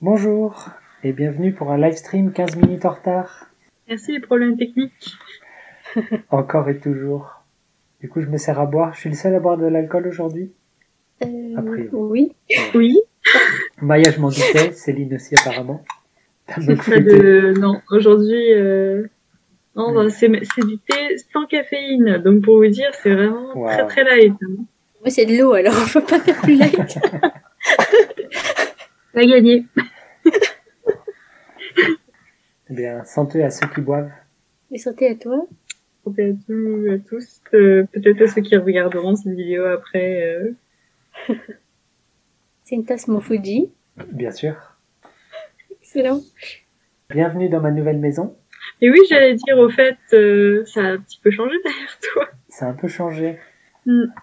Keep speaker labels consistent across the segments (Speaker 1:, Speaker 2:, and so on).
Speaker 1: Bonjour et bienvenue pour un live stream 15 minutes en retard.
Speaker 2: Merci les problèmes techniques.
Speaker 1: Encore et toujours. Du coup, je me sers à boire. Je suis le seul à boire de l'alcool aujourd'hui.
Speaker 3: Euh,
Speaker 1: A priori.
Speaker 3: oui.
Speaker 2: Oui,
Speaker 1: Maya, je m'en doutais. Céline aussi, apparemment. T'as
Speaker 2: c'est
Speaker 1: beaucoup
Speaker 2: ça
Speaker 1: fêté.
Speaker 2: de... Non, aujourd'hui, euh... non,
Speaker 1: Ouais.
Speaker 2: c'est c'est du thé sans caféine. Donc pour vous dire, c'est vraiment
Speaker 1: Wow.
Speaker 2: très très light.
Speaker 3: Moi, c'est de l'eau, alors on peut pas faire plus light.
Speaker 2: T'as gagné.
Speaker 1: Eh bien, santé à ceux qui boivent.
Speaker 3: Mais santé à toi.
Speaker 2: Santé à tous, à tous. euh, Peut-être à ceux qui regarderont cette vidéo après. euh,
Speaker 3: C'est une tasse mon Fuji.
Speaker 1: Bien sûr.
Speaker 3: Excellent.
Speaker 1: Bienvenue dans ma nouvelle maison.
Speaker 2: Et oui, j'allais dire au fait, euh, ça a un petit peu changé derrière toi.
Speaker 1: Ça a un peu changé.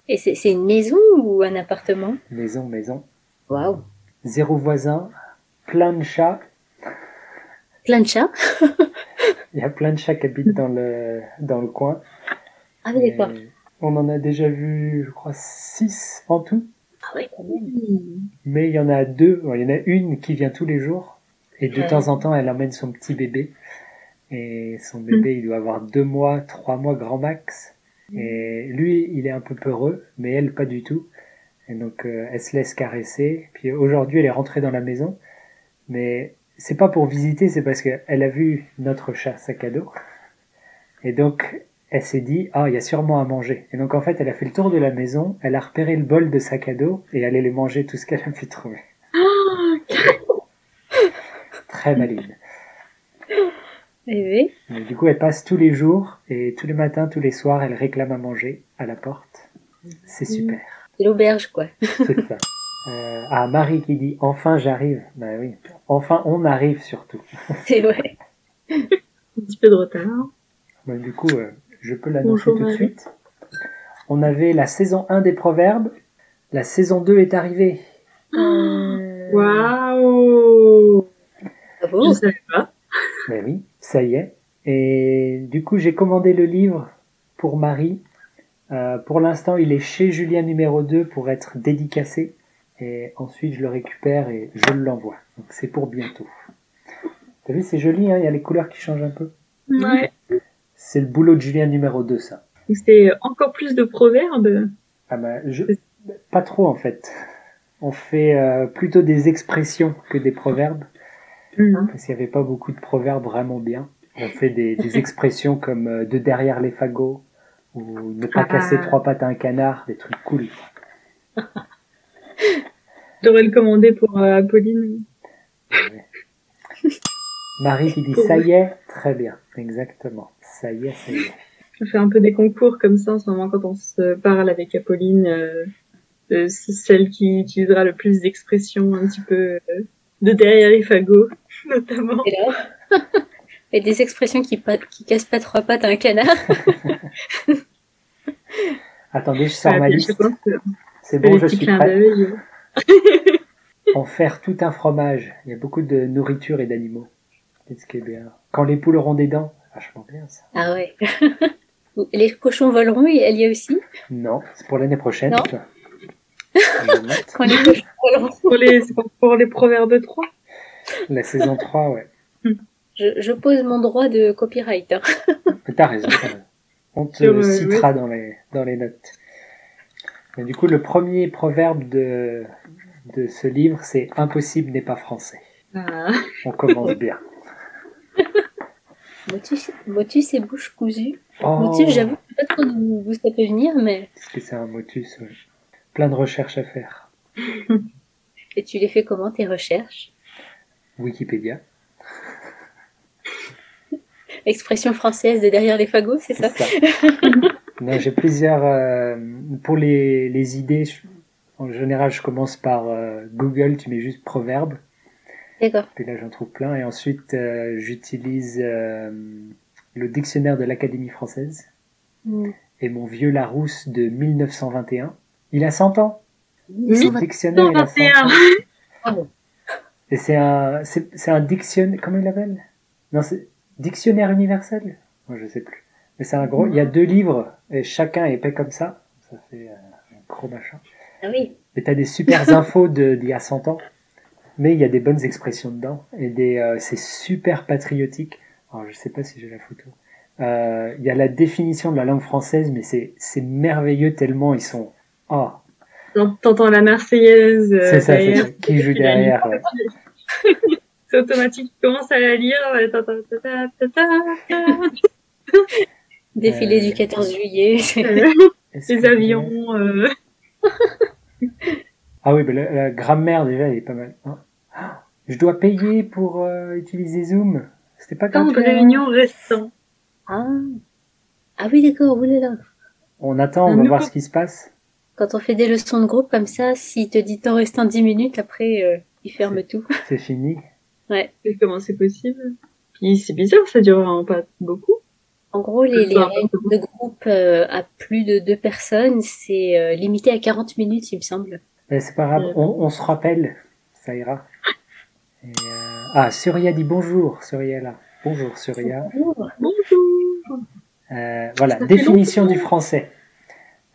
Speaker 3: Et c'est c'est une maison ou un appartement
Speaker 1: Maison, maison.
Speaker 3: Waouh.
Speaker 1: Zéro voisin. Plein de chats.
Speaker 3: Plein de chats.
Speaker 1: Il y a plein de chats qui habitent dans le, dans le coin.
Speaker 3: Ah, oui, d'accord.
Speaker 1: Mais On en a déjà vu, je crois, six en tout.
Speaker 3: Ah, ouais, quand même.
Speaker 1: Mais il y en a deux, bon, il y en a une qui vient tous les jours, et de
Speaker 3: Ouais.
Speaker 1: temps en temps, elle emmène son petit bébé. Et son bébé, il doit avoir deux mois, trois mois grand max. Et lui, il est un peu peureux, mais elle, pas du tout. Et donc, euh, elle se laisse caresser. Puis aujourd'hui, elle est rentrée dans la maison, mais c'est pas pour visiter, c'est parce qu'elle a vu notre chat sac à dos. Et donc, elle s'est dit, ah, il y a sûrement à manger. Et donc, en fait, elle a fait le tour de la maison, elle a repéré le bol de sac à dos et elle allait manger tout ce qu'elle a pu trouver.
Speaker 2: Ah,
Speaker 1: Très maligne.
Speaker 3: Eh oui.
Speaker 1: Mais du coup, elle passe tous les jours et tous les matins, tous les soirs, elle réclame à manger à la porte. C'est super.
Speaker 3: C'est l'auberge, quoi.
Speaker 1: C'est ça. Euh, ah, Marie qui dit, enfin j'arrive. Bah oui. Enfin, on arrive surtout.
Speaker 3: C'est vrai.
Speaker 2: un petit peu de retard.
Speaker 1: Bon, du coup, euh, je peux l'annoncer
Speaker 2: Bonjour,
Speaker 1: tout de
Speaker 2: Marie.
Speaker 1: suite. On avait la saison 1 des Proverbes. La saison 2 est arrivée.
Speaker 3: Euh, ah
Speaker 2: Waouh Je
Speaker 3: Bravo.
Speaker 2: savais pas.
Speaker 1: Ben oui, ça y est. Et du coup, j'ai commandé le livre pour Marie. Euh, pour l'instant, il est chez Julien numéro 2 pour être dédicacé. Et ensuite, je le récupère et je l'envoie. Donc, c'est pour bientôt. T'as vu, c'est joli, hein il y a les couleurs qui changent un peu.
Speaker 2: Ouais.
Speaker 1: C'est le boulot de Julien numéro 2, ça.
Speaker 2: Donc c'est encore plus de proverbes.
Speaker 1: Ah ben, je... Pas trop, en fait. On fait euh, plutôt des expressions que des proverbes.
Speaker 2: Mhm.
Speaker 1: Parce qu'il n'y avait pas beaucoup de proverbes vraiment bien. On fait des, des expressions comme euh, de derrière les fagots ou ne pas
Speaker 2: Ah.
Speaker 1: casser trois pattes à un canard, des trucs cool.
Speaker 2: Je devrais le commander pour euh, Apolline.
Speaker 1: Ouais. Marie qui dit ça y est, très bien, exactement. Ça y est, ça y est.
Speaker 2: On fait un peu des concours comme ça en ce moment quand on se parle avec Apolline. euh, euh, c'est celle qui utilisera le plus d'expressions un petit peu euh, de derrière les fagots, notamment.
Speaker 3: Et là Et des expressions qui, pa- qui cassent pas trois pattes à un canard.
Speaker 1: Attendez, je sors ma
Speaker 2: Voilà, puis
Speaker 1: liste.
Speaker 2: Je pense que
Speaker 1: C'est
Speaker 2: Ah, c'est
Speaker 1: bon,
Speaker 2: les
Speaker 1: je
Speaker 2: petits
Speaker 1: suis
Speaker 2: clins
Speaker 1: prêt.
Speaker 2: d'œil. euh,
Speaker 1: En faire tout un fromage. Il y a beaucoup de nourriture et d'animaux. C'est ce qui est bien. Quand les poules auront des dents, vachement bien ça.
Speaker 3: Ah ouais. Les cochons voleront, et elle y a aussi.
Speaker 1: Non, c'est pour l'année prochaine.
Speaker 3: Non.
Speaker 1: ça. Je note.
Speaker 3: Quand les cochons voleront.
Speaker 2: Pour les, c'est pour les proverbes 3.
Speaker 1: La saison 3, ouais.
Speaker 3: Je, je pose mon droit de copyright. hein.
Speaker 1: Mais Ah, T'as raison. t'as raison. On te
Speaker 2: Sur, euh,
Speaker 1: citera dans, les, dans les notes. Mais du coup, le premier proverbe de, de ce livre, c'est Impossible n'est pas français.
Speaker 2: Ah,
Speaker 1: On commence bien.
Speaker 3: Motus, motus et bouche cousue.
Speaker 1: Oh,
Speaker 3: Motus, j'avoue, je sais pas trop d'où d'où ça peut venir, mais
Speaker 1: Qu'est-ce que c'est un motus ouais. Plein de recherches à faire.
Speaker 3: et tu les fais comment tes recherches
Speaker 1: Wikipédia,
Speaker 3: Expression française de derrière les fagots, c'est
Speaker 1: c'est ça.
Speaker 3: ça
Speaker 1: Non, J'ai plusieurs. euh, pour les, les idées, je- en général, je commence par euh, Google, tu mets juste proverbe.
Speaker 3: D'accord.
Speaker 1: Puis là, j'en trouve plein. Et ensuite, euh, j'utilise euh, le dictionnaire de l'Académie française
Speaker 3: Hmm.
Speaker 1: et mon vieux Larousse de 1921. Il a 100 ans.
Speaker 3: Ça
Speaker 1: Le
Speaker 3: va-
Speaker 1: dictionnaire, il a 100
Speaker 2: 121.
Speaker 1: ans.
Speaker 3: Ah bon.
Speaker 1: Et c'est un, c'est, c'est un dictionnaire. Comment il l'appelle Non, c'est dictionnaire universel. Moi, je sais plus. Mais c'est un gros. Il y a deux livres et chacun est épais comme ça. Ça fait euh, un gros machin.
Speaker 3: Ah oui.
Speaker 1: Mais t'as des super infos de, d'il y a 100 ans. mais il y a des bonnes expressions dedans et des euh, c'est super patriotique. Alors je sais pas si j'ai la photo. Euh, Il y a la définition de la langue française, mais c'est c'est merveilleux tellement ils sont ah
Speaker 2: T'en- T'entends la Marseillaise. euh,
Speaker 1: c'est ça, c'est
Speaker 2: derrière,
Speaker 1: ça qui joue
Speaker 2: tu la lis
Speaker 1: derrière.
Speaker 2: pas, tu- C'est automatique, tu commences à la lire. euh, ta- ta- ta- ta- ta- ta-
Speaker 3: Défilé
Speaker 1: Euh,
Speaker 3: du 14 juillet.
Speaker 2: ta-
Speaker 3: c'est-
Speaker 2: euh,
Speaker 1: Est-ce
Speaker 2: Les
Speaker 1: que-
Speaker 2: avions. euh,
Speaker 1: Ah oui, bah, la, la grammaire déjà elle est pas mal. hein. Ah, Je dois payer pour euh, utiliser Zoom. C'était pas
Speaker 2: Temps de
Speaker 1: gratuit, hein.
Speaker 2: réunion restant.
Speaker 3: Ah. Ah oui, d'accord, oulala.
Speaker 1: On attend,
Speaker 2: Un
Speaker 1: on va voir
Speaker 2: nouveau-
Speaker 1: ce qui se passe.
Speaker 3: Quand on fait des leçons de groupe comme ça, s'il te dit t'en restes en 10 minutes, après, euh, il ferme tout.
Speaker 1: C'est fini.
Speaker 2: Mais Comment c'est possible Puis c'est bizarre, ça dure vraiment pas beaucoup.
Speaker 3: En gros, les, les
Speaker 2: Peu importe.
Speaker 3: règles de groupe euh, à plus de deux personnes, c'est euh, limité à 40 minutes, il me semble.
Speaker 1: Mais Eh, c'est pas grave,
Speaker 2: Ouais.
Speaker 1: on, on se rappelle, ça ira. Et, euh, Ah, Surya dit bonjour, Surya là. Bonjour Surya.
Speaker 3: Bonjour.
Speaker 2: Bonjour
Speaker 1: Euh, voilà,
Speaker 2: Ça fait
Speaker 1: définition
Speaker 2: longtemps.
Speaker 1: du français.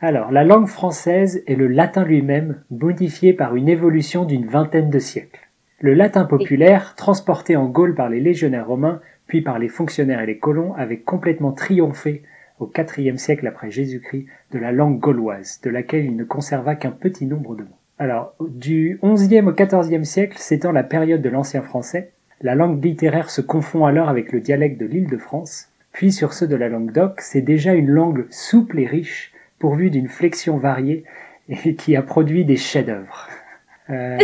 Speaker 1: Alors, la langue française est le latin lui-même, modifié par une évolution d'une vingtaine de siècles. Le latin populaire, transporté en Gaule par les légionnaires romains, puis par les fonctionnaires et les colons, avait complètement triomphé au IVe siècle après Jésus-Christ de la langue gauloise, de laquelle il ne conserva qu'un petit nombre de mots. Alors, du XIe au XIVe siècle, s'étend la période de l'ancien français, la langue littéraire se confond alors avec le dialecte de l'île de France, puis sur ceux de la langue d'oc, c'est déjà une langue souple et riche, pourvue d'une flexion variée et qui a produit des chefs-d'œuvre. Euh,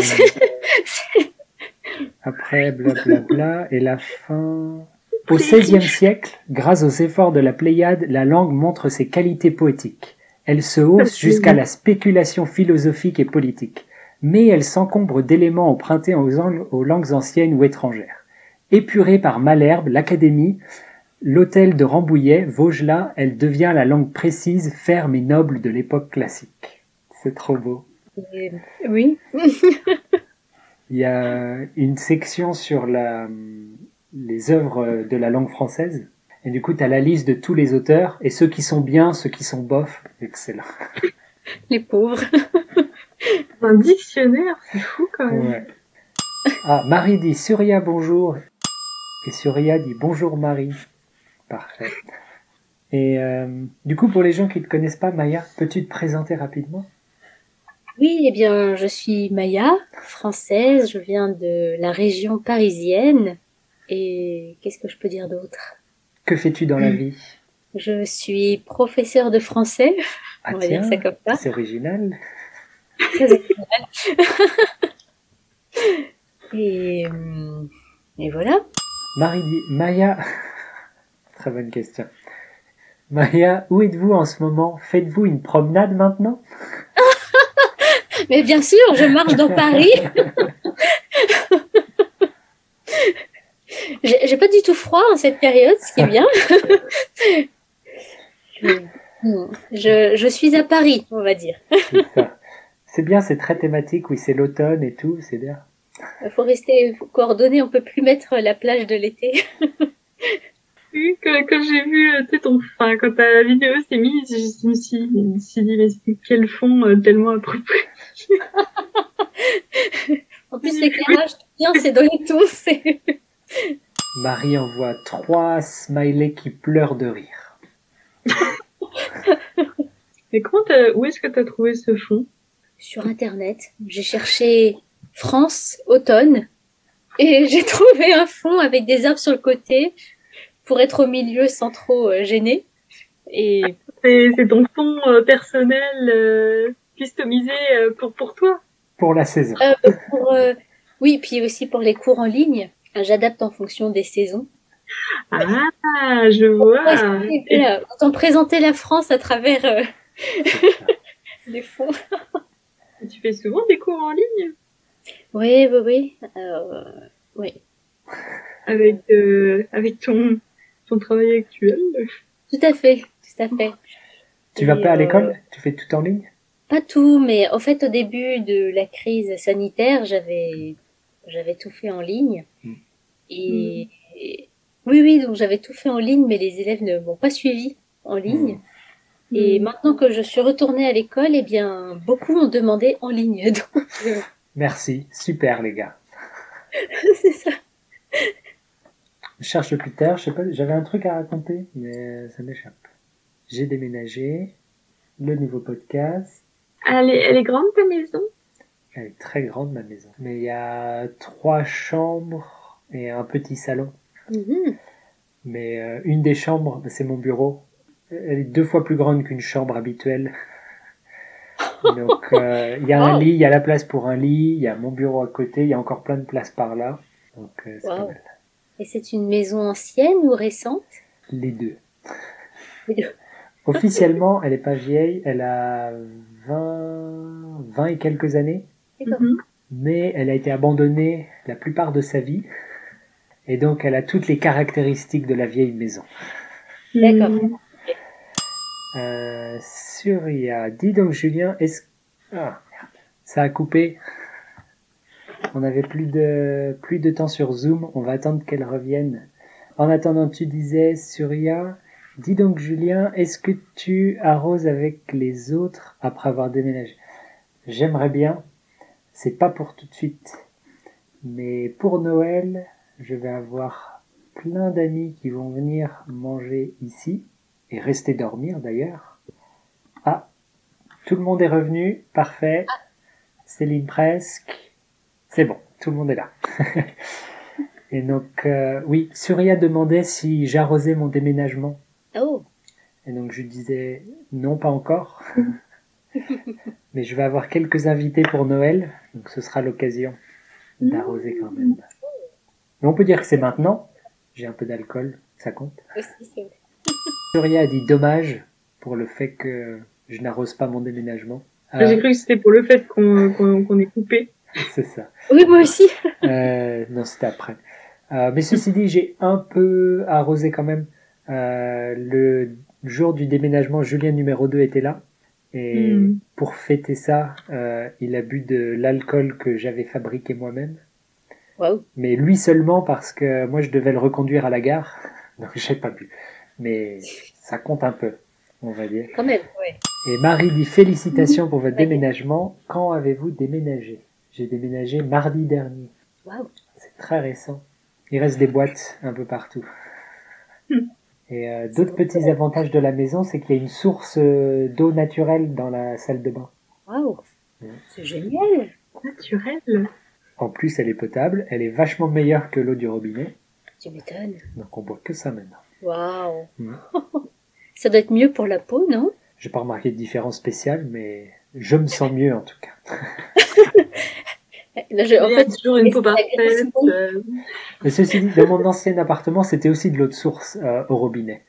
Speaker 1: après, blablabla, et la fin. Au XVIe siècle, grâce aux efforts de la Pléiade, la langue montre ses qualités poétiques. Elle se hausse jusqu'à la spéculation philosophique et politique, mais elle s'encombre d'éléments empruntés aux, ang- aux langues anciennes ou étrangères. Épurée par Malherbe, l'Académie, l'hôtel de Rambouillet, Vaugelin, elle devient la langue précise, ferme et noble de l'époque classique. C'est trop beau.
Speaker 3: Et- oui.
Speaker 1: Il y a une section sur la, les œuvres de la langue française. Et du coup, tu as la liste de tous les auteurs, et ceux qui sont bien, ceux qui sont bof. Excellent.
Speaker 3: Les pauvres.
Speaker 2: Un dictionnaire, c'est fou quand même.
Speaker 1: Ouais. Ah, Marie dit Surya bonjour. Et Surya dit bonjour Marie. Parfait. Et euh, du coup, pour les gens qui ne te connaissent pas, Maya, peux-tu te présenter rapidement
Speaker 3: Oui, eh bien, je suis Maya, française, je viens de la région parisienne. Et qu'est-ce que je peux dire d'autre
Speaker 1: Que fais-tu dans la
Speaker 3: Hmm.
Speaker 1: vie
Speaker 3: Je suis professeure de français,
Speaker 1: Ah
Speaker 3: on va
Speaker 1: tiens,
Speaker 3: dire ça comme ça.
Speaker 1: c'est original.
Speaker 3: Très original. et, euh, et voilà.
Speaker 1: Marie dit Maya. Très bonne question. Maya, où êtes-vous en ce moment Faites-vous une promenade maintenant
Speaker 3: Mais bien sûr, je marche dans Paris. J'ai j'ai pas du tout froid en cette période, ce qui est bien. je, je suis à Paris, on va dire.
Speaker 1: C'est ça. C'est bien, c'est très thématique. Oui, c'est l'automne et tout, c'est bien.
Speaker 3: Il faut rester coordonné, on peut plus mettre la plage de l'été.
Speaker 2: Oui, quand, quand j'ai vu euh, tu sais, ton, enfin, quand ta vidéo s'est mise, je me suis, je me suis dit, mais c'est quel fond euh, tellement approprié.
Speaker 3: En plus, l'éclairage, tout bien, c'est dans les tons. c'est-
Speaker 1: Marie envoie trois smileys qui pleurent de rire.
Speaker 2: Mais comment t'as, où est-ce que t'as trouvé ce fond
Speaker 3: Sur Internet, j'ai cherché France, automne, et j'ai trouvé un fond avec des arbres sur le côté pour être au milieu sans trop euh, gêner. Et
Speaker 2: C'est, c'est ton fond euh, personnel euh, customisé euh, pour pour toi.
Speaker 1: Pour la saison.
Speaker 3: Euh, pour, euh, oui, puis aussi pour les cours en ligne, euh, j'adapte en fonction des saisons.
Speaker 2: Ah, je
Speaker 3: Ouais,
Speaker 2: vois.
Speaker 3: c'est- voilà, Autant présenter la France à travers euh, les fonds.
Speaker 2: Et tu fais souvent des cours en ligne
Speaker 3: Oui, oui, oui. Euh, oui.
Speaker 2: avec euh, avec ton ton travail actuel.
Speaker 3: Tout à fait, tout à fait.
Speaker 1: Tu vas
Speaker 3: Et,
Speaker 1: pas à
Speaker 3: euh,
Speaker 1: l'école Tu fais tout en ligne
Speaker 3: Pas tout, mais en fait, au début de la crise sanitaire, j'avais, j'avais tout fait en ligne.
Speaker 1: Mm.
Speaker 3: Et, et- oui, oui, donc j'avais tout fait en ligne, mais les élèves ne m'ont pas suivi en ligne.
Speaker 1: Hmm.
Speaker 3: Et maintenant que je suis retournée à l'école, eh bien, beaucoup ont demandé en ligne. Donc, euh,
Speaker 1: Merci. Super, les gars.
Speaker 3: c'est ça.
Speaker 1: Je cherche plus tard, je sais pas, j'avais un truc à raconter, mais ça m'échappe. J'ai déménagé, le nouveau podcast,
Speaker 2: Elle est, elle est grande ta maison
Speaker 1: elle est très grande ma maison. Mais il y a trois chambres et un petit salon.
Speaker 3: Mhm.
Speaker 1: Mais euh, une des chambres, c'est mon bureau. Elle est deux fois plus grande qu'une chambre habituelle. Donc euh, il y a un
Speaker 3: Wow.
Speaker 1: lit, il y a la place pour un lit, il y a mon bureau à côté, il y a encore plein de places par là. Donc euh, c'est pas
Speaker 3: Wow.
Speaker 1: mal.
Speaker 3: Et c'est une maison ancienne ou récente
Speaker 1: Les deux.
Speaker 3: Les deux.
Speaker 1: Officiellement, elle est pas vieille, elle a 20, 20 et quelques années,
Speaker 3: D'accord.
Speaker 2: Mhm.
Speaker 1: mais elle a été abandonnée la plupart de sa vie. Et donc elle a toutes les caractéristiques de la vieille maison.
Speaker 3: D'accord.
Speaker 2: Mm.
Speaker 1: Euh, Surya, dis donc Julien, est-ce ah, merde. ça a coupé On avait plus de plus de temps sur Zoom, on va attendre qu'elle revienne. En attendant, tu disais Surya, dis donc Julien, est-ce que tu arroses avec les autres après avoir déménagé J'aimerais bien, c'est pas pour tout de suite, mais pour Noël, je vais avoir plein d'amis qui vont venir manger ici et rester dormir d'ailleurs. Ah, tout le monde est revenu, parfait. Céline presque. C'est bon, tout le monde est là. et donc, euh, oui, Surya demandait si j'arrosais mon déménagement.
Speaker 3: Oh,
Speaker 1: Et donc je lui disais non, pas encore. Mais je vais avoir quelques invités pour Noël, donc ce sera l'occasion d'arroser quand même. Mais on peut dire que c'est maintenant. J'ai un peu d'alcool, ça compte.
Speaker 3: aussi, c'est vrai.
Speaker 1: Surya a dit dommage pour le fait que je n'arrose pas mon déménagement. Ah,
Speaker 2: J'ai cru que c'était pour le fait qu'on qu'on qu'on est coupé.
Speaker 1: c'est ça.
Speaker 3: Oui, moi aussi.
Speaker 1: Euh, non, c'était après. Euh, mais ceci dit, j'ai un peu arrosé quand même. Euh, le jour du déménagement, Julien numéro 2 était là. Et
Speaker 2: Mm.
Speaker 1: pour fêter ça, euh, il a bu de l'alcool que j'avais fabriqué moi-même.
Speaker 3: Waouh.
Speaker 1: Mais lui seulement parce que moi je devais le reconduire à la gare. Donc j'ai pas bu. Mais ça compte un peu, on va dire.
Speaker 3: Quand même, ouais.
Speaker 1: Et Marie dit félicitations pour votre
Speaker 3: Ouais.
Speaker 1: déménagement. Quand avez-vous déménagé J'ai déménagé mardi dernier.
Speaker 3: Waouh.
Speaker 1: C'est très récent. Il reste des boîtes un peu partout.
Speaker 2: Hmm.
Speaker 1: Et euh, d'autres petits avantages de la maison, c'est qu'il y a une source euh, d'eau naturelle dans la salle de bain.
Speaker 3: Waouh.
Speaker 1: Ouais.
Speaker 3: C'est génial.
Speaker 2: Naturel.
Speaker 1: En plus, elle est potable, elle est vachement meilleure que l'eau du robinet,
Speaker 3: Tu m'étonnes.
Speaker 1: donc on boit que ça maintenant.
Speaker 3: Waouh.
Speaker 1: Mhm.
Speaker 3: Ça doit être mieux pour la peau, non
Speaker 1: J'ai pas remarqué de différence spéciale, mais je me sens mieux en tout cas.
Speaker 3: Là, je- En
Speaker 2: Il y a
Speaker 3: fait,
Speaker 2: toujours une
Speaker 3: est-ce
Speaker 2: peau
Speaker 3: que la
Speaker 2: parfaite.
Speaker 3: graisse tombe
Speaker 2: euh,
Speaker 1: Mais ceci dit, dans mon ancien appartement, c'était aussi de l'eau de source euh, au robinet.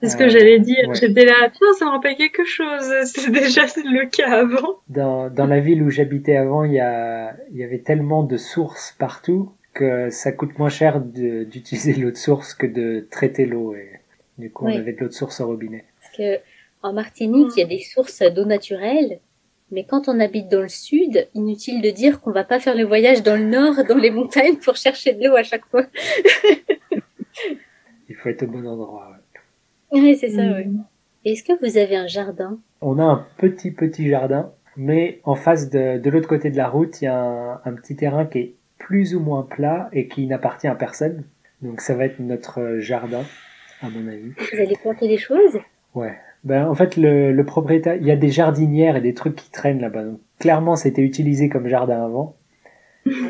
Speaker 2: C'est ce
Speaker 1: Euh,
Speaker 2: que j'allais dire.
Speaker 1: ouais.
Speaker 2: J'étais là, tiens, ça me rappelle quelque chose. C'est déjà le cas avant.
Speaker 1: Dans, dans la ville où j'habitais avant, il y, a, il y avait tellement de sources partout que ça coûte moins cher de- d'utiliser l'eau de source que de traiter l'eau. Et du coup,
Speaker 3: Oui.
Speaker 1: on avait de l'eau de source au robinet.
Speaker 3: Parce que en Martinique, il y a des sources d'eau naturelle, mais quand on habite dans le sud, inutile de dire qu'on va pas faire le voyage dans le nord, dans les montagnes, pour chercher de l'eau à chaque fois.
Speaker 1: Il faut être au bon endroit. ouais.
Speaker 3: Oui, c'est ça. ouais. Mm. Et Est-ce que vous avez un jardin
Speaker 1: On a un petit petit jardin, mais en face de, de l'autre côté de la route, il y a un, un petit terrain qui est plus ou moins plat et qui n'appartient à personne. Donc ça va être notre jardin, à mon avis.
Speaker 3: Vous allez planter des choses
Speaker 1: Ouais. Ben, en fait, le, le propriétaire, il y a des jardinières et des trucs qui traînent là-bas. Donc, clairement, c'était utilisé comme jardin avant.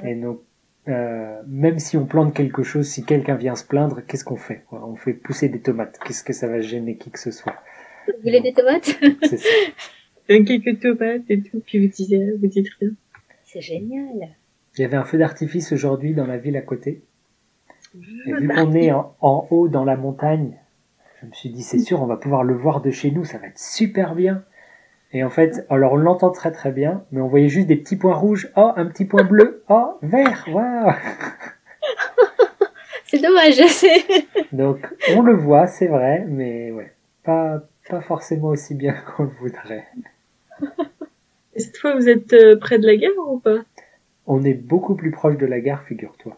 Speaker 1: Et donc, euh, même si on plante quelque chose, si quelqu'un vient se plaindre, qu'est-ce qu'on fait quoi On fait pousser des tomates. Qu'est-ce que ça va gêner qui que ce soit
Speaker 3: Vous voulez des tomates
Speaker 1: C'est ça.
Speaker 2: Donc, quelques tomates et tout, puis vous dites, vous dites rien.
Speaker 3: C'est génial.
Speaker 1: Il y avait un feu d'artifice aujourd'hui dans la ville à côté. Et vu qu'on est en, en haut dans la montagne, je me suis dit, c'est sûr, on va pouvoir le voir de chez nous, ça va être super bien. Et en fait, alors on l'entend très très bien, mais on voyait juste des petits points rouges, oh, un petit point bleu, oh, vert, waouh
Speaker 3: C'est dommage, c'est
Speaker 1: Donc, on le voit, c'est vrai, mais ouais, pas, pas forcément aussi bien qu'on le voudrait.
Speaker 2: Et cette fois, vous êtes euh, près de la gare ou pas
Speaker 1: On est beaucoup plus proche de la gare, figure-toi.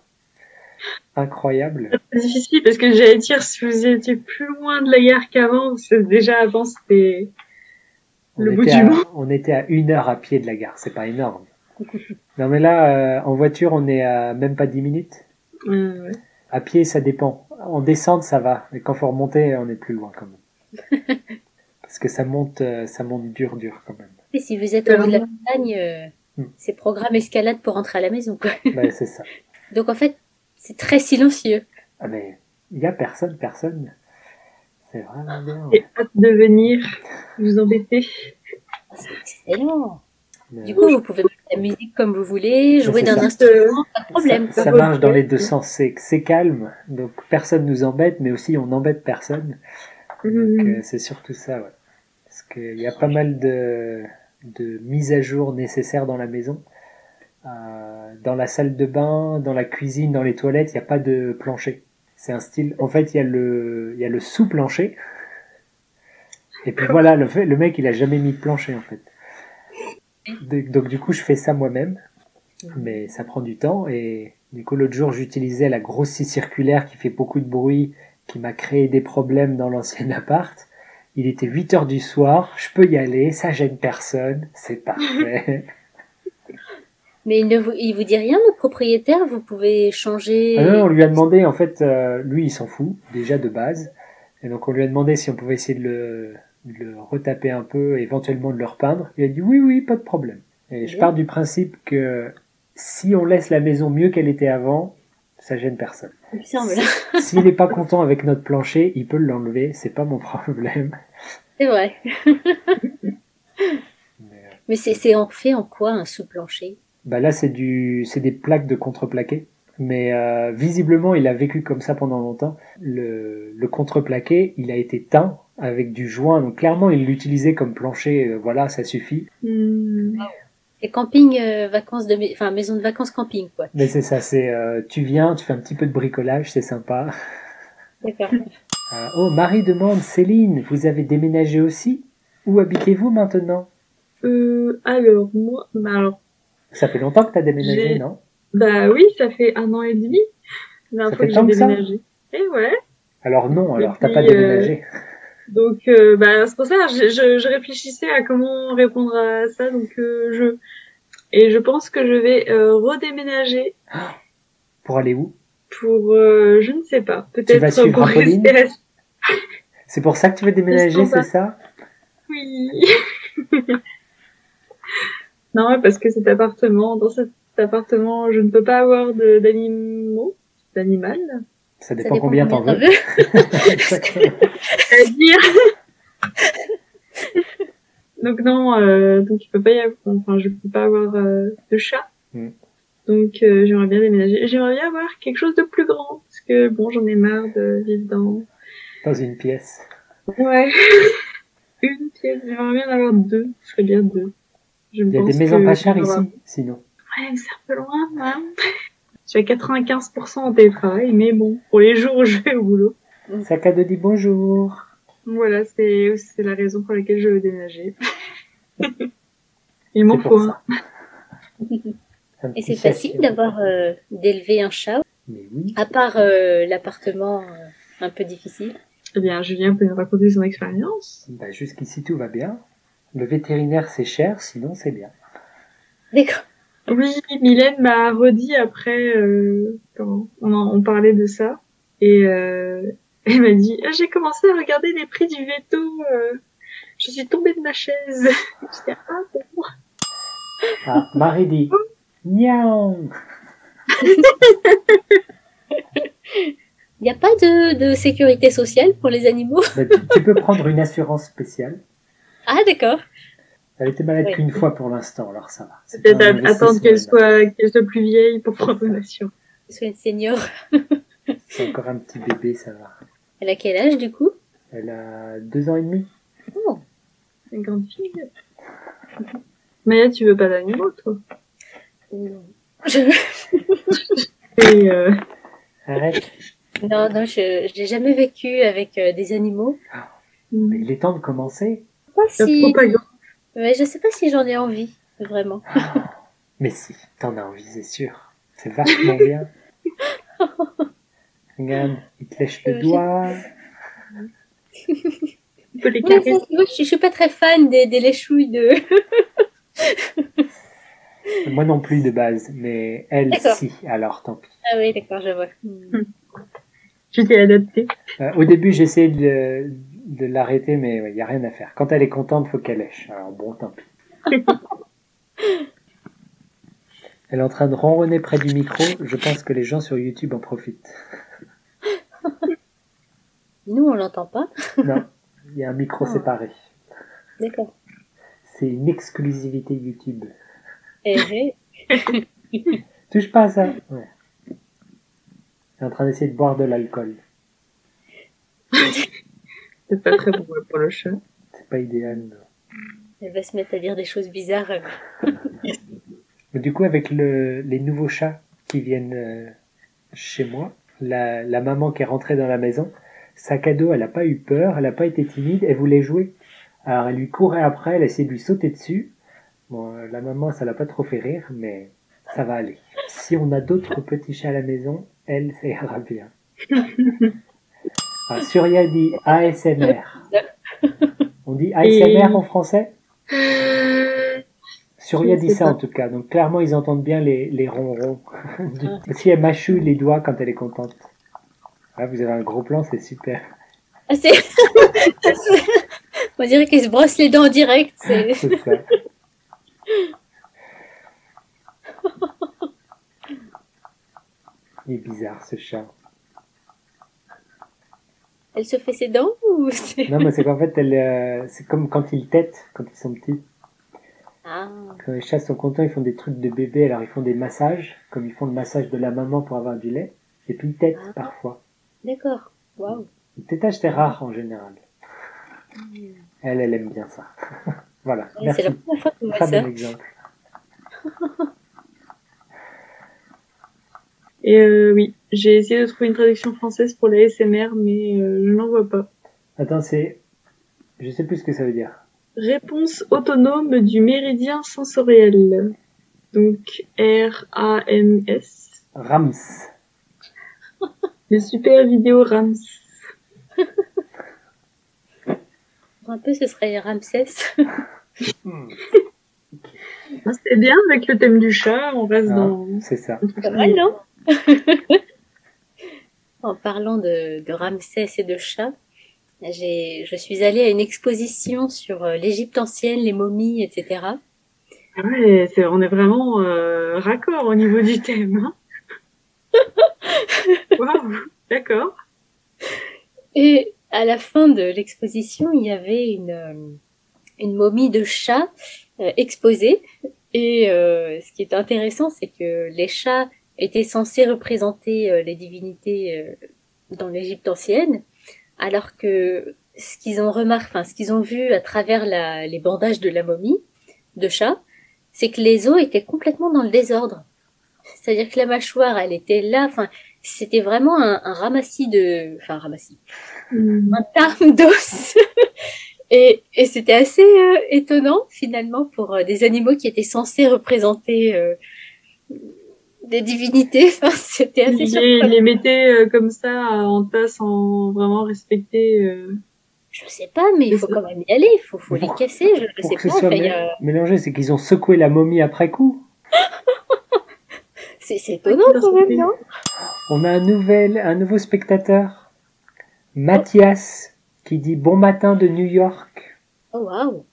Speaker 1: Incroyable.
Speaker 2: C'est difficile parce que j'allais dire, si vous étiez plus loin de la gare qu'avant, parce que déjà avant, c'était.
Speaker 1: On
Speaker 2: Le bout
Speaker 1: était
Speaker 2: du
Speaker 1: à-
Speaker 2: monde.
Speaker 1: On était à une heure à pied de la gare, c'est pas énorme. Non, mais là, euh, en voiture, on est à même pas 10 minutes.
Speaker 2: Euh, ouais.
Speaker 1: À pied, ça dépend. En descente, ça va. Mais quand faut remonter, on est plus loin quand même. Parce que ça monte, euh, ça monte dur, dur quand même.
Speaker 3: Et si vous êtes au haut de la montagne, euh,
Speaker 1: Hmm.
Speaker 3: c'est programme escalade pour rentrer à la maison. Quoi.
Speaker 1: Ouais, c'est ça.
Speaker 3: Donc en fait, c'est très silencieux.
Speaker 1: Ah, mais il y a personne, personne. C'est vraiment bien.
Speaker 2: J'ai hâte de venir vous embêter.
Speaker 3: C'est excellent.
Speaker 1: Mais,
Speaker 3: Du coup, vous pouvez mettre la musique comme vous voulez,
Speaker 1: Mais
Speaker 3: jouer
Speaker 1: c'est
Speaker 3: d'un
Speaker 1: ça.
Speaker 3: instrument,
Speaker 2: euh,
Speaker 3: pas de problème.
Speaker 1: Ça, ça
Speaker 2: quoi.
Speaker 1: marche dans les deux sens. C'est, c'est calme, donc personne nous embête, mais aussi on n'embête personne. Donc,
Speaker 2: Mhm.
Speaker 1: euh, c'est surtout ça, ouais. Parce qu'il y a pas mal de, de mises à jour nécessaires dans la maison. Euh, dans la salle de bain, dans la cuisine, dans les toilettes, il n'y a pas de plancher. C'est un style. En fait, il y a le, il y a le sous-plancher. Et puis voilà, le, fait, le mec, il a jamais mis de plancher, en fait. De- Donc, du coup, je fais ça moi-même. Mais ça prend du temps. Et du coup, l'autre jour, j'utilisais la grosse scie circulaire qui fait beaucoup de bruit qui m'a créé des problèmes dans l'ancien appart. Il était 8 heures du soir, je peux y aller, ça gêne personne, c'est parfait.
Speaker 3: Mais il ne vous, il vous dit rien, le propriétaire, vous pouvez changer.
Speaker 1: Ah non, on lui a demandé, en fait, euh, lui il s'en fout, déjà de base. Et donc on lui a demandé si on pouvait essayer de le, de le retaper un peu, et éventuellement de le repeindre. Il a dit oui, oui, pas de problème. Et je
Speaker 3: Bien.
Speaker 1: pars du principe que si on laisse la maison mieux qu'elle était avant, ça gêne personne.
Speaker 3: il me semble.
Speaker 1: S'il n'est pas content avec notre plancher, il peut l'enlever, c'est pas mon problème.
Speaker 3: C'est vrai.
Speaker 1: Mais, euh,
Speaker 3: Mais c'est, c'est en fait en quoi un sous-plancher
Speaker 1: Bah là, c'est du, c'est des plaques de contreplaqué. Mais euh, visiblement, il a vécu comme ça pendant longtemps. Le, le contreplaqué, il a été teint avec du joint. Donc clairement, il l'utilisait comme plancher. euh, voilà, ça suffit.
Speaker 2: Mhm.
Speaker 3: C'est camping, euh, vacances de, mai- enfin maison de vacances camping, quoi.
Speaker 1: Mais c'est ça, c'est euh, tu viens, tu fais un petit peu de bricolage, c'est sympa.
Speaker 3: D'accord.
Speaker 1: Euh, oh, Marie demande, Céline, vous avez déménagé aussi Où habitez-vous maintenant
Speaker 2: Euh, alors, moi, bah alors,
Speaker 1: Ça fait longtemps que t'as déménagé,
Speaker 2: J'ai-
Speaker 1: non
Speaker 2: bah oui, ça fait un an et demi. La
Speaker 1: Ça
Speaker 2: fois
Speaker 1: fait
Speaker 2: que
Speaker 1: tant
Speaker 2: j'ai
Speaker 1: que ça
Speaker 2: déménagé. Eh ouais.
Speaker 1: Alors non, alors t'as pas
Speaker 2: Depuis, euh,
Speaker 1: déménagé.
Speaker 2: Donc, euh, bah, c'est pour ça, je, je, je réfléchissais à comment répondre à ça. Donc, euh, je. Et je pense que je vais euh, redéménager
Speaker 1: Pour aller où
Speaker 2: pour. euh, je ne sais pas.
Speaker 1: vas
Speaker 2: Peut-être
Speaker 1: suivre
Speaker 2: pour
Speaker 1: Apolline
Speaker 2: rester à
Speaker 1: C'est pour ça que tu veux déménager,
Speaker 2: Ils sont
Speaker 1: c'est
Speaker 2: pas-
Speaker 1: ça
Speaker 2: Oui. non, ouais, parce que cet appartement, dans cet appartement, je ne peux pas avoir de- d'animaux, d'animal.
Speaker 1: Ça
Speaker 3: Ça
Speaker 1: dépend combien t'en veux.
Speaker 3: veux.
Speaker 1: Exactement.
Speaker 2: C'est-à-dire. donc non, euh, donc je peux pas y avoir, enfin je peux pas avoir euh, de chat.
Speaker 1: Mm.
Speaker 2: Donc euh, j'aimerais bien déménager. J'aimerais bien avoir quelque chose de plus grand parce que bon j'en ai marre de vivre dans.
Speaker 1: Dans une pièce.
Speaker 2: Ouais. Une pièce. J'aimerais bien en avoir deux. Ce serait bien deux. Je
Speaker 1: Il y a des maisons pas chères ici, sinon.
Speaker 2: Ouais, mais c'est un peu loin, moi. Je suis à 95% en télétravail, mais bon, pour les jours où je vais au boulot.
Speaker 1: Sakado dit bonjour.
Speaker 2: Voilà, c'est c'est la raison pour laquelle je veux déménager. Il m'en
Speaker 1: C'est pour
Speaker 2: faut un.
Speaker 1: ça. Un
Speaker 3: Et
Speaker 1: petit
Speaker 3: c'est facile
Speaker 1: chat.
Speaker 3: d'avoir, euh, d'élever un chat,
Speaker 1: Mais oui.
Speaker 3: à part euh, l'appartement euh, un peu difficile.
Speaker 2: Eh bien, Julien peut nous raconter son expérience.
Speaker 1: Bah, Jusqu'ici, tout va bien. Le vétérinaire, c'est cher, sinon, c'est bien.
Speaker 3: D'accord.
Speaker 2: Oui, Mylène m'a redit après, euh, quand on, en- on parlait de ça, et euh, elle m'a dit Ah, J'ai commencé à regarder les prix du veto, euh, je suis tombée de ma chaise. J'étais Ah, bon.
Speaker 1: Ah, Marie dit Niaou
Speaker 3: Il n'y a pas de, de sécurité sociale pour les animaux
Speaker 1: Bah, tu, tu peux prendre une assurance spéciale.
Speaker 3: Ah, d'accord.
Speaker 1: Elle était malade
Speaker 3: Oui.
Speaker 1: qu'une fois pour l'instant, alors ça va. C'est
Speaker 2: Peut-être
Speaker 1: pas un
Speaker 2: att- attendre qu'elle
Speaker 1: investissement
Speaker 2: soit, qu'elle soit plus vieille pour prendre une assurance.
Speaker 3: Soit une senior.
Speaker 1: énorme. C'est encore un petit bébé, ça va.
Speaker 3: Elle a quel âge, du coup
Speaker 1: Elle a deux ans et demi.
Speaker 3: Oh.
Speaker 2: Une grande fille. Mais là, tu veux pas d'animaux, toi.
Speaker 3: Non. Je-
Speaker 2: Et, euh,
Speaker 1: Arrête.
Speaker 3: Non, non, je n'ai jamais vécu avec euh, des animaux.
Speaker 1: Mais il est temps de commencer.
Speaker 3: Je sais
Speaker 2: la
Speaker 3: pas si-
Speaker 2: propagande.
Speaker 3: Ouais, je sais pas si j'en ai envie, vraiment.
Speaker 1: Mais si, t'en as envie, c'est sûr. C'est vachement bien. Regarde, il te lèche le
Speaker 3: Euh,
Speaker 1: doigt.
Speaker 2: On peut les
Speaker 3: Ouais, ça,
Speaker 2: caresser.
Speaker 3: tu vois, je, suis- je suis pas très fan des, des léchouilles de.
Speaker 1: Moi non plus de base, mais elle
Speaker 3: D'accord.
Speaker 1: si, alors tant pis.
Speaker 3: Ah oui, d'accord, je vois. Hmm.
Speaker 2: Tu t'es adapté.
Speaker 1: Euh, au début, j'essayais de, de l'arrêter, mais il n'y a rien à faire. Quand elle est contente, faut qu'elle lèche. Alors bon, tant pis. elle est en train de ronronner près du micro. Je pense que les gens sur YouTube en profitent.
Speaker 3: Nous, on l'entend pas.
Speaker 1: Non, il y a un micro
Speaker 2: Ah.
Speaker 1: séparé.
Speaker 3: D'accord.
Speaker 1: C'est une exclusivité YouTube.
Speaker 3: Eh, eh.
Speaker 1: Touche pas à ça. Ouais. Elle est en train d'essayer de boire de l'alcool.
Speaker 2: C'est pas très bon pour le chat.
Speaker 1: C'est pas idéal. non.
Speaker 3: Elle va se mettre à dire des choses bizarres. euh.
Speaker 1: Mais du coup, avec le, les nouveaux chats qui viennent euh, chez moi, la, la maman qui est rentrée dans la maison, sac à dos, elle n'a pas eu peur, elle n'a pas été timide, elle voulait jouer. Alors elle lui courait après, elle essayait de lui sauter dessus. Bon, euh, la maman, ça l'a pas trop fait rire, mais ça va aller. Si on a d'autres petits chats à la maison, elle, ça ira bien. Ah, Surya dit ASMR. On dit ASMR en français
Speaker 2: Euh,
Speaker 1: Surya
Speaker 2: Je
Speaker 1: dit
Speaker 2: sais
Speaker 1: ça
Speaker 2: pas.
Speaker 1: en tout cas, donc clairement ils entendent bien les, les ronrons. si elle mâchouille les doigts quand elle est contente. Ah, vous avez un gros plan, c'est super.
Speaker 3: Ah, c'est... on dirait qu'elle se brosse les dents en direct. C'est...
Speaker 1: C'est ça. Il est bizarre ce chat.
Speaker 3: Elle se fait ses dents ou c'est...
Speaker 1: Non, mais c'est qu'en fait, elle, euh, c'est comme quand ils têtent, quand ils sont petits.
Speaker 3: Ah,
Speaker 1: Quand les chats sont contents, ils font des trucs de bébé, alors ils font des massages, comme ils font le massage de la maman pour avoir du lait. Et puis ils têtent parfois.
Speaker 3: d'accord. Waouh.
Speaker 1: Le tétage, c'est rare en général.
Speaker 3: Hmm.
Speaker 1: Elle, elle aime bien ça. voilà.
Speaker 3: Ouais,
Speaker 1: Merci.
Speaker 3: c'est la première fois qu'on voit
Speaker 1: Très
Speaker 3: ça.
Speaker 1: bon exemple.
Speaker 2: Et euh, oui, j'ai essayé de trouver une traduction française pour la SMR, mais euh, je n'en vois pas.
Speaker 1: Attends, c'est. Je sais plus ce que ça veut dire.
Speaker 2: Réponse autonome du méridien sensoriel. Donc R-A-M-S.
Speaker 1: Rams.
Speaker 2: Les super vidéos RAMS.
Speaker 3: Pour un peu, ce serait Ramsès.
Speaker 2: Ah, C'est bien avec le thème du chat, on reste
Speaker 1: Ah,
Speaker 2: dans...
Speaker 1: C'est ça.
Speaker 3: Pas mal, non En parlant de, de Ramsès et de chat, j'ai, je suis allée à une exposition sur euh, l'Égypte ancienne, les momies, etc. hein.
Speaker 2: Ah Ouais, c'est- on est vraiment euh, raccord au niveau du thème. Hein Waouh, d'accord.
Speaker 3: Et à la fin de l'exposition, il y avait une, euh, une momie de chat euh, exposée. Et euh, ce qui est intéressant, c'est que les chats étaient censés représenter euh, les divinités euh, dans l'Égypte ancienne, alors que ce qu'ils ont remarqué, enfin ce qu'ils ont vu à travers la, les bandages de la momie de chat, c'est que les os étaient complètement dans le désordre. C'est-à-dire que la mâchoire, elle était là. Enfin, c'était vraiment un, un ramassis de, enfin un ramassis
Speaker 2: Hmm.
Speaker 3: un tas d'os. Et, et c'était assez euh, étonnant finalement pour euh, des animaux qui étaient censés représenter euh, des divinités. Enfin, c'était assez
Speaker 2: Il les, il
Speaker 3: surprenant.
Speaker 2: les mettait euh, comme ça en tas sans vraiment respecter. euh,
Speaker 3: Je sais pas, mais il faut quand même y aller. Il faut, faut les
Speaker 1: Pour-
Speaker 3: casser. Je ne
Speaker 1: Pour
Speaker 3: sais
Speaker 1: que ce
Speaker 3: pas. euh,
Speaker 1: soit
Speaker 3: Enfin, il y
Speaker 1: mé-
Speaker 3: a-
Speaker 1: mélangé, c'est qu'ils ont secoué la momie après coup.
Speaker 3: C'est c'est étonnant quand même, non
Speaker 1: On a un, nouvel, un nouveau spectateur. Mathias, qui dit bon matin de New York.
Speaker 3: Oh waouh.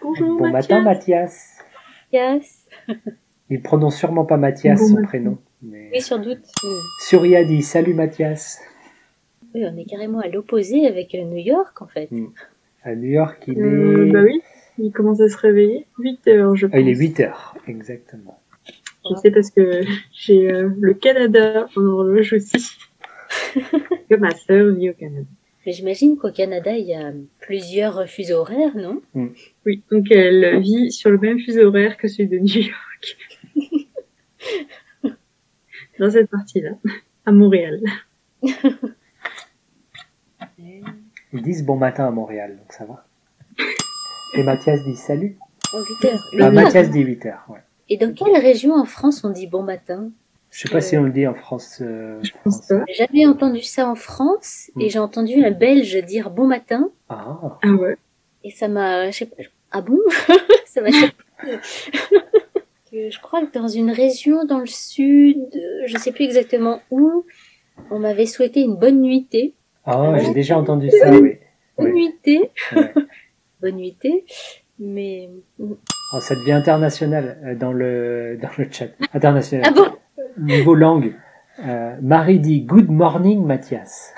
Speaker 2: Bonjour,
Speaker 1: bon
Speaker 2: Mathias.
Speaker 1: matin, Mathias.
Speaker 3: Yes.
Speaker 1: Il prononce sûrement pas Mathias
Speaker 2: Bon
Speaker 1: son
Speaker 2: matin.
Speaker 1: prénom. Mais...
Speaker 3: Oui, sans doute. Mm.
Speaker 1: Surya dit salut Mathias.
Speaker 3: Oui, on est carrément à l'opposé avec euh, New York en
Speaker 1: Mm.
Speaker 3: fait.
Speaker 1: À New York, il est.
Speaker 2: Euh, bah oui, il commence à se réveiller. 8 heures, je pense.
Speaker 1: Ah, il est 8 heures, exactement.
Speaker 2: Je sais parce que j'ai euh, le Canada en horloge aussi. que ma sœur vit au Canada.
Speaker 3: Mais j'imagine qu'au Canada, il y a plusieurs euh, fuseaux horaires, non
Speaker 2: Oui, donc euh, elle vit sur le même fuseau horaire que celui de New York. Dans cette partie-là, à Montréal.
Speaker 1: Ils disent bon matin à Montréal, donc ça va. Et Mathias dit salut.
Speaker 3: Oh, huit heures.
Speaker 1: Ah,
Speaker 3: Huit heures.
Speaker 1: Mathias dit 8 heures, ouais.
Speaker 3: Et dans quelle région en France on dit bon matin
Speaker 1: Je sais pas si on le dit en France. euh,
Speaker 2: Je pense
Speaker 1: français.
Speaker 2: pas.
Speaker 3: J'ai jamais entendu ça en France
Speaker 1: Mm.
Speaker 3: et j'ai entendu un Belge dire bon matin
Speaker 1: Ah,
Speaker 2: Ah ouais.
Speaker 3: et ça m'a, je sais pas, ah bon Ça m'a surpris. Que euh, je crois que dans une région dans le sud, euh, je sais plus exactement où, on m'avait souhaité une bonne nuitée.
Speaker 1: Ah, j'ai déjà entendu
Speaker 3: Euh,
Speaker 1: ça, oui. Oui.
Speaker 3: Bonne nuitée,
Speaker 1: Ouais.
Speaker 3: bonne nuitée, mais
Speaker 1: Oh, ça devient international euh, dans le, dans le chat. International.
Speaker 3: ah bon,
Speaker 1: Niveau langue. Euh, Marie dit Good morning, Mathias.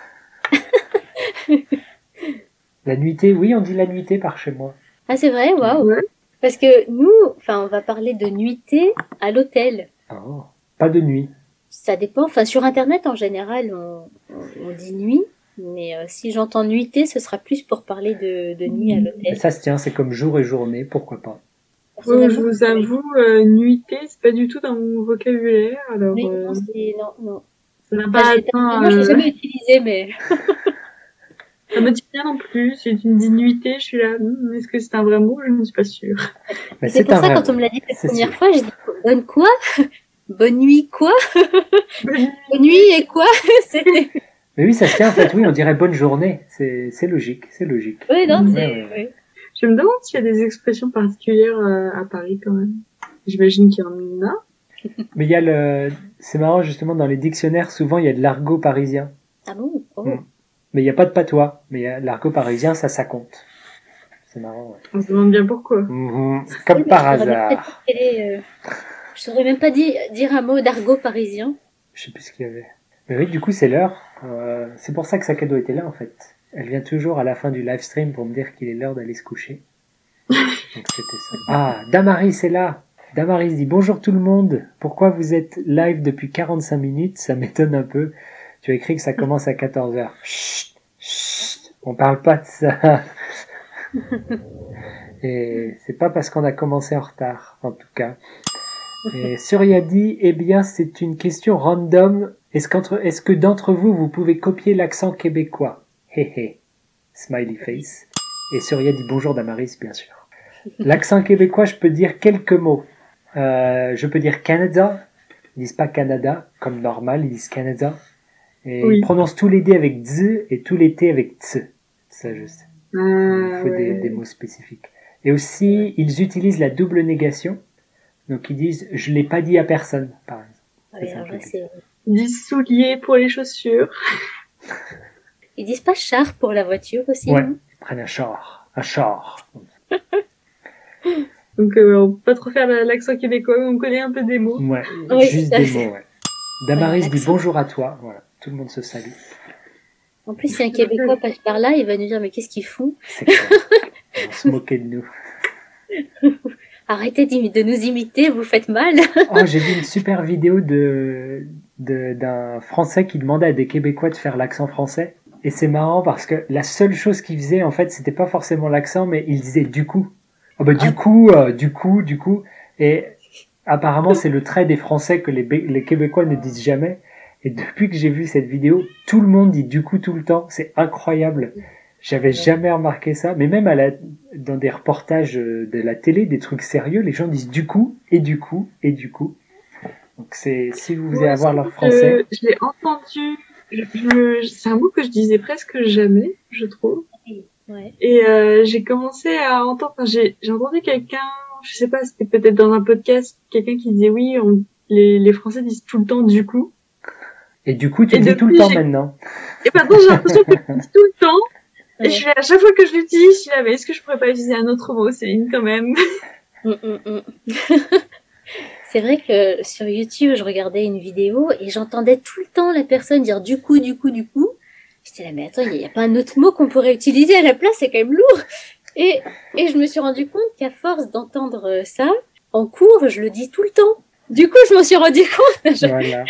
Speaker 1: la nuitée, oui, on dit la nuitée par chez moi.
Speaker 3: ah c'est vrai, waouh.
Speaker 2: Ouais.
Speaker 3: Parce que nous, enfin, on va parler de nuitée à l'hôtel.
Speaker 1: Oh, Pas de nuit.
Speaker 3: Ça dépend. Enfin, sur Internet, en général, on, on- on dit nuit. Mais euh, si j'entends nuitée, ce sera plus pour parler de, de nuit à
Speaker 1: Mais
Speaker 3: l'hôtel.
Speaker 1: ça se tient, c'est comme jour et journée, pourquoi pas.
Speaker 2: Bon, Oh, je
Speaker 3: Personnellement,
Speaker 2: vous avoue, euh, nuitée, c'est pas du tout dans mon vocabulaire, alors
Speaker 3: oui,
Speaker 2: euh,
Speaker 3: non, c'est- non, non.
Speaker 2: ça n'a
Speaker 3: Enfin,
Speaker 2: pas
Speaker 3: j'ai-
Speaker 2: atteint.
Speaker 3: Moi, je l'ai
Speaker 2: euh,
Speaker 3: jamais utilisé, mais
Speaker 2: Ça me dit rien non plus. Si tu me dis nuitée, je suis là. hmm, Est-ce que c'est un vrai mot Je ne suis pas sûre.
Speaker 1: Mais
Speaker 3: c'est pour
Speaker 1: un
Speaker 3: ça
Speaker 1: Bah, vrai
Speaker 3: quand on
Speaker 1: mot.
Speaker 3: me l'a dit la
Speaker 1: C'est
Speaker 3: première
Speaker 1: sûr.
Speaker 3: fois, j'ai dit bonne quoi Bonne nuit quoi
Speaker 2: Bonne
Speaker 3: Bonne nuit et quoi C'était.
Speaker 1: Mais oui, ça se tient en fait, oui, on dirait bonne journée. C'est c'est logique, c'est logique.
Speaker 3: Oui, non,
Speaker 1: Ouais,
Speaker 3: c'est.
Speaker 1: ouais, ouais.
Speaker 3: ouais.
Speaker 2: Je me demande s'il y a des expressions particulières euh, à Paris quand même. J'imagine qu'il y en a.
Speaker 1: Mais il y a le. C'est marrant, justement, dans les dictionnaires, souvent il y a de l'argot parisien.
Speaker 3: Ah bon Oh.
Speaker 1: Mm. Mais il n'y a pas de patois. Mais il y a l'argot parisien, ça, ça compte. C'est marrant, ouais.
Speaker 2: On se demande bien pourquoi. Euh,
Speaker 1: Mhm. Comme par
Speaker 3: Je saurais
Speaker 1: hasard.
Speaker 3: peut-être quel est, euh, Je saurais même pas di- dire un mot d'argot parisien.
Speaker 1: Je sais plus ce qu'il y avait. Mais oui, du coup, c'est l'heure. Euh, c'est pour ça que Sakado était là, en fait. Elle vient toujours à la fin du live stream pour me dire qu'il est l'heure d'aller se coucher. Donc c'était ça. Ah, Damaris est là. Damaris dit bonjour tout le monde. Pourquoi vous êtes live depuis 45 minutes Ça m'étonne un peu. Tu as écrit que ça commence à 14h. Chut, chut, on parle pas de ça. Et c'est pas parce qu'on a commencé en retard, en tout cas. Et Surya dit, eh bien, c'est une question random. Est-ce qu'entre, est-ce que d'entre vous, vous pouvez copier l'accent québécois? Hé hé. Smiley face. Et Surya dit bonjour Damaris, bien sûr. L'accent québécois, je peux dire quelques mots. Euh, je peux dire Canada. Ils disent pas Canada, comme normal, ils disent Canada. Et
Speaker 2: Oui.
Speaker 1: ils prononcent tous les D avec D et tous les T avec T. Ça, je sais. Il
Speaker 2: Ah,
Speaker 1: faut des,
Speaker 2: ouais.
Speaker 1: des mots spécifiques. Et aussi, ils utilisent la double négation. Donc ils disent je l'ai pas dit à personne, par exemple.
Speaker 3: Ouais,
Speaker 1: ça,
Speaker 3: alors là,
Speaker 1: peut-être.
Speaker 3: c'est-
Speaker 2: Ils disent souliers pour les chaussures.
Speaker 3: Ils disent pas char pour la voiture aussi.
Speaker 1: Ouais.
Speaker 3: non
Speaker 1: Ils prennent un char, un char.
Speaker 2: Donc euh, on peut pas trop faire la- l'accent québécois, mais on connaît un peu des mots.
Speaker 1: Ouais,
Speaker 3: Oui,
Speaker 1: juste
Speaker 3: c'est
Speaker 1: des
Speaker 3: ça.
Speaker 1: mots. Ouais. Damaris
Speaker 3: Ouais,
Speaker 1: dit
Speaker 3: l'accent.
Speaker 1: bonjour à toi. Voilà, tout le monde se salue.
Speaker 3: En plus, si un Québécois passe par là, il va nous dire mais qu'est-ce qu'ils font
Speaker 1: C'est clair. Ils vont se moquer de nous.
Speaker 3: Arrêtez d'imi- de nous imiter, vous faites mal.
Speaker 1: Oh, j'ai vu une super vidéo de de- d'un Français qui demandait à des Québécois de faire l'accent français. Et c'est marrant parce que la seule chose qu'il faisait, en fait, c'était pas forcément l'accent, mais il disait du coup. Ah bah, du
Speaker 3: Ah.
Speaker 1: coup, euh, du coup, du coup. Et apparemment, c'est le trait des Français que les, Bé- les Québécois ne disent jamais. Et depuis que j'ai vu cette vidéo, tout le monde dit du coup tout le temps. C'est incroyable. J'avais jamais remarqué ça. Mais même à la, dans des reportages euh, de la télé, des trucs sérieux, les gens disent du coup, et du coup, et du coup. Donc c'est, si vous voulez
Speaker 2: Ouais,
Speaker 1: avoir leur
Speaker 2: surtout
Speaker 1: français,
Speaker 2: que Je l'ai entendu. Je, je- c'est un mot que je disais presque jamais, je trouve.
Speaker 3: Ouais.
Speaker 2: Et euh, j'ai commencé à entendre, enfin, j'ai j'ai entendu quelqu'un, je sais pas, c'était peut-être dans un podcast, quelqu'un qui disait oui, on- les, les Français disent tout le temps du coup.
Speaker 1: et du coup, tu
Speaker 2: Et
Speaker 1: le dis tout le
Speaker 2: depuis,
Speaker 1: temps
Speaker 2: j'ai-
Speaker 1: maintenant.
Speaker 2: Et maintenant j'ai l'impression qu'ils le disent tout le temps.
Speaker 3: Ouais.
Speaker 2: Et je suis là, à chaque fois que je l'utilise, je suis là, mais est-ce que je pourrais pas utiliser un autre mot, Céline, quand même
Speaker 3: Mm, mm, mm. C'est vrai que sur YouTube, je regardais une vidéo et j'entendais tout le temps la personne dire du coup, du coup, du coup. J'étais là, mais attends, il n'y a pas un autre mot qu'on pourrait utiliser à la place, c'est quand même lourd. Et, et je me suis rendu compte qu'à force d'entendre euh, ça, en cours, je le dis tout le temps. Du coup, je m'en suis rendu compte. Je-
Speaker 1: Voilà.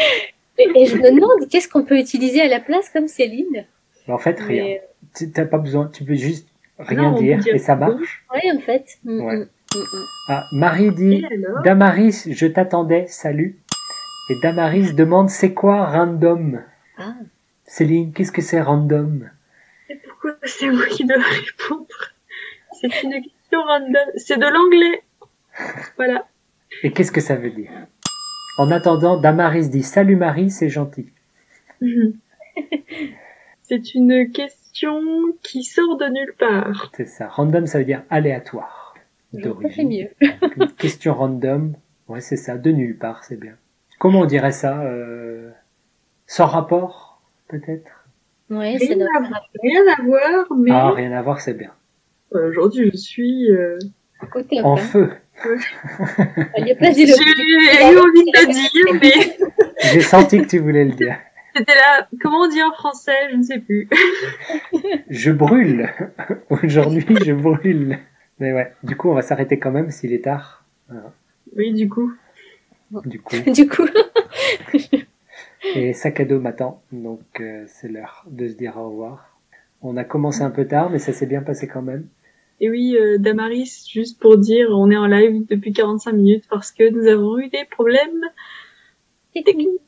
Speaker 3: et, et je me demande qu'est-ce qu'on peut utiliser à la place comme Céline.
Speaker 1: Mais en fait, rien.
Speaker 3: Mais,
Speaker 1: Tu- T'as pas besoin, tu peux juste rien
Speaker 2: Non, on peut
Speaker 1: dire,
Speaker 2: dire
Speaker 1: et ça
Speaker 2: tout.
Speaker 1: marche.
Speaker 3: ouais, en fait. Mm,
Speaker 1: Ouais.
Speaker 3: mm, mm, mm.
Speaker 1: Ah, Marie
Speaker 2: Et
Speaker 1: dit,
Speaker 2: alors
Speaker 1: Damaris, je t'attendais, salut. Et Damaris demande, c'est quoi random?
Speaker 3: Ah.
Speaker 1: Céline, qu'est-ce que c'est random?
Speaker 2: Et pourquoi c'est moi qui dois répondre C'est une question random. C'est de l'anglais. Voilà.
Speaker 1: Et qu'est-ce que ça veut dire? En attendant, Damaris dit, salut Marie, c'est gentil.
Speaker 2: C'est une question qui sort de nulle part.
Speaker 1: C'est ça. Random, ça veut dire aléatoire.
Speaker 3: J'aurais pas fait
Speaker 1: D'origine.
Speaker 3: mieux.
Speaker 1: Une question random Ouais, c'est ça, de nulle part, c'est bien. Comment on dirait ça euh, Sans rapport, peut-être
Speaker 3: Ouais,
Speaker 2: Rien,
Speaker 3: ça doit
Speaker 2: à, rien à voir, mais
Speaker 1: Ah, rien à voir, c'est bien.
Speaker 2: euh, aujourd'hui je suis. euh,
Speaker 3: être au top.
Speaker 1: En
Speaker 3: hein.
Speaker 1: feu.
Speaker 3: Il n'y a pas
Speaker 2: J'ai
Speaker 3: d'éloquence.
Speaker 2: eu envie de le dire, mais
Speaker 1: J'ai senti que tu voulais le dire.
Speaker 2: c'était là. Comment on dit en français Je ne sais plus.
Speaker 1: Je brûle. Aujourd'hui, je brûle. Mais ouais, du coup, on va s'arrêter quand même s'il est tard.
Speaker 2: Oui, du coup.
Speaker 1: Du coup,
Speaker 3: Du coup,
Speaker 1: et sac à dos m'attend, donc euh, c'est l'heure de se dire au revoir. On a commencé un peu tard, mais ça s'est bien passé quand même.
Speaker 2: Et oui, euh, Damaris, juste pour dire, on est en live depuis 45 minutes parce que nous avons eu des problèmes.
Speaker 3: technique.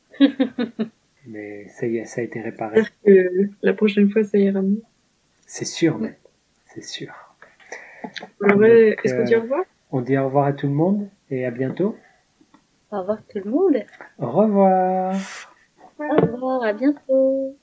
Speaker 1: Mais ça y est, ça a été réparé.
Speaker 2: J'espère que la prochaine fois, ça ira mieux.
Speaker 1: C'est sûr, mais c'est sûr.
Speaker 2: Alors, euh,
Speaker 1: Donc,
Speaker 2: est-ce qu'on dit
Speaker 1: euh,
Speaker 2: au revoir
Speaker 1: On dit au revoir à tout le monde et à bientôt.
Speaker 3: Au revoir tout le monde.
Speaker 1: Au revoir.
Speaker 3: Au revoir, à bientôt.